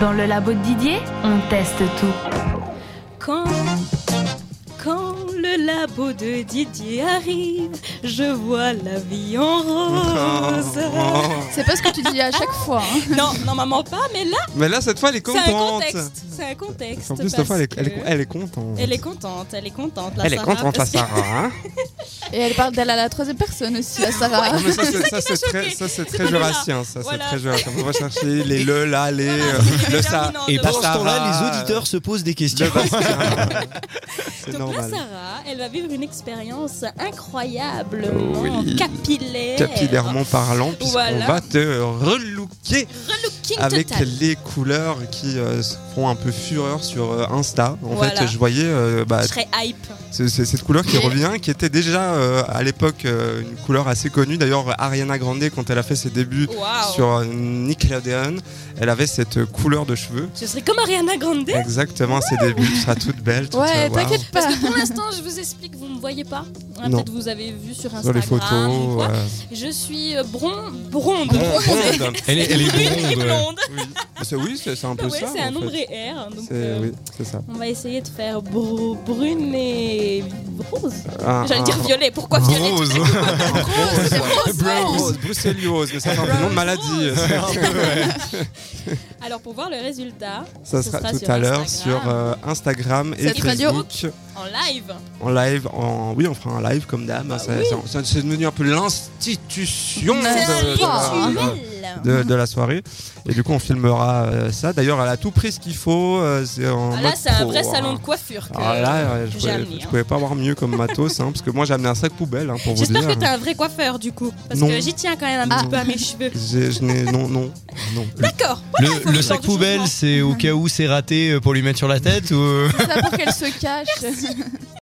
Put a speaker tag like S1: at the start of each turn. S1: Dans le labo de Didier, on teste tout.
S2: Quand, quand le labo de Didier arrive, je vois la vie en rose.
S3: Oh.
S2: Oh.
S4: C'est pas ce que tu dis à chaque fois. hein.
S2: Non, normalement pas, mais là,
S3: Mais là, cette fois, elle est
S2: c'est un
S3: contente.
S2: contexte. C'est un contexte.
S3: En plus, cette fois, elle est,
S2: parce
S3: elle est-
S2: que-
S3: elle est contente.
S2: elle est contente, elle est contente. la
S3: Elle est
S2: Sarah,
S3: contente, la
S2: parce que-
S3: Sarah. hein.
S4: Et elle parle d'elle à la troisième personne aussi, à Sarah.
S3: Non, mais ça, c'est- ça,
S2: qui
S3: c'est
S2: m'a
S3: très,
S2: choquée.
S3: ça,
S2: C'est
S3: c'est très
S2: pas
S3: jurassien. Ça, c'est
S2: Voilà.
S3: très jurassien. On va chercher les le, la, les. euh,
S2: c'est
S3: le ça.
S2: déterminant
S5: Et
S2: de-
S3: bah,
S5: pendant ce
S3: ça
S5: temps-là,
S3: va.
S5: les auditeurs se posent des questions.
S3: C'est
S2: Donc
S3: normal.
S2: là, Sarah, elle va vivre une expérience incroyablement
S3: Oh, Oui.
S2: capillaire.
S3: Capillairement parlant, puisqu'on
S2: euh, Voilà.
S3: va te relooker
S2: Relooking
S3: avec
S2: total.
S3: les couleurs qui euh, se font un peu fureur sur euh, Insta. En
S2: Voilà.
S3: fait, je voyais euh, bah,
S2: Je serais hype.
S3: c'est- c'est cette couleur qui
S2: Et-
S3: revient, qui était déjà euh, à l'époque euh, une couleur assez connue. D'ailleurs, Ariana Grande, quand elle a fait ses débuts
S2: Waouh.
S3: sur euh, Nickelodeon, elle avait cette couleur de cheveux.
S2: Je serais comme Ariana Grande.
S3: Exactement, ses débuts, tu seras toute belle. tu
S4: Ouais,
S3: vas voir.
S4: t'inquiète pas.
S2: Parce que pour l'instant, je vous explique, vous ne me voyez pas. Hein,
S3: Non.
S2: Peut-être vous avez vu sur
S3: Sur
S2: Instagram.
S3: les photos. Ah,
S2: ou quoi.
S3: euh,
S2: Je suis euh, bron... bronde.
S3: bon, bon,
S5: Elle est, elle est
S2: Brune et
S5: blonde, ouais.
S2: blonde.
S3: Oui, c'est oui, c'est- c'est un peu
S2: Ouais,
S3: ça.
S2: c'est
S3: en
S2: un
S3: fait.
S2: nombre et R. Donc,
S3: C'est-
S2: euh,
S3: oui, c'est ça.
S2: On va essayer de faire bro- brune et rose.
S3: Un-
S2: J'allais dire
S3: un-
S2: violet. Pourquoi violet
S5: Rose.
S4: Rose, c'est rose,
S3: Brown
S4: rose.
S3: Rose, brucelliose, mais ça c'est un
S2: Brown
S3: nom de maladie.
S2: Alors pour voir le résultat
S3: Ça
S2: Ce
S3: sera,
S2: sera
S3: tout
S2: sur
S3: à l'heure
S2: Instagram.
S3: sur euh, Instagram et
S4: Cette radio.
S3: Facebook
S2: en live,
S3: en live. En... Oui, on fera un live comme
S2: Ah
S3: d'hab. Ça- ça- ça- C'est devenu un peu l'institution de,
S4: C'est
S3: de la-
S2: Rituel.
S3: de- de la soirée. Et du coup, on filmera euh, ça. D'ailleurs, elle a tout pris ce qu'il faut. euh, c'est en
S2: Ah, là
S3: mode
S2: c'est un
S3: pro,
S2: vrai
S3: hein.
S2: salon de coiffure. que-
S3: Alors là, euh, je
S2: j'ai
S3: pouvais,
S2: amené,
S3: je
S2: hein.
S3: pouvais pas avoir mieux comme matos, hein, parce que moi j'ai amené un sac poubelle hein, pour vous dire.
S2: J'espère que t'es un vrai coiffeur du coup, parce
S3: Non.
S2: que j'y tiens quand même un petit
S3: Ah.
S2: peu à mes cheveux.
S3: J'ai- je n'ai- non, non, non.
S2: D'accord.
S5: Le, le
S2: Genre
S5: sac
S2: de
S5: poubelle,
S2: changement.
S5: c'est au cas où c'est raté euh, pour lui mettre sur la tête ou.
S4: C'est ça pour qu'elle se cache.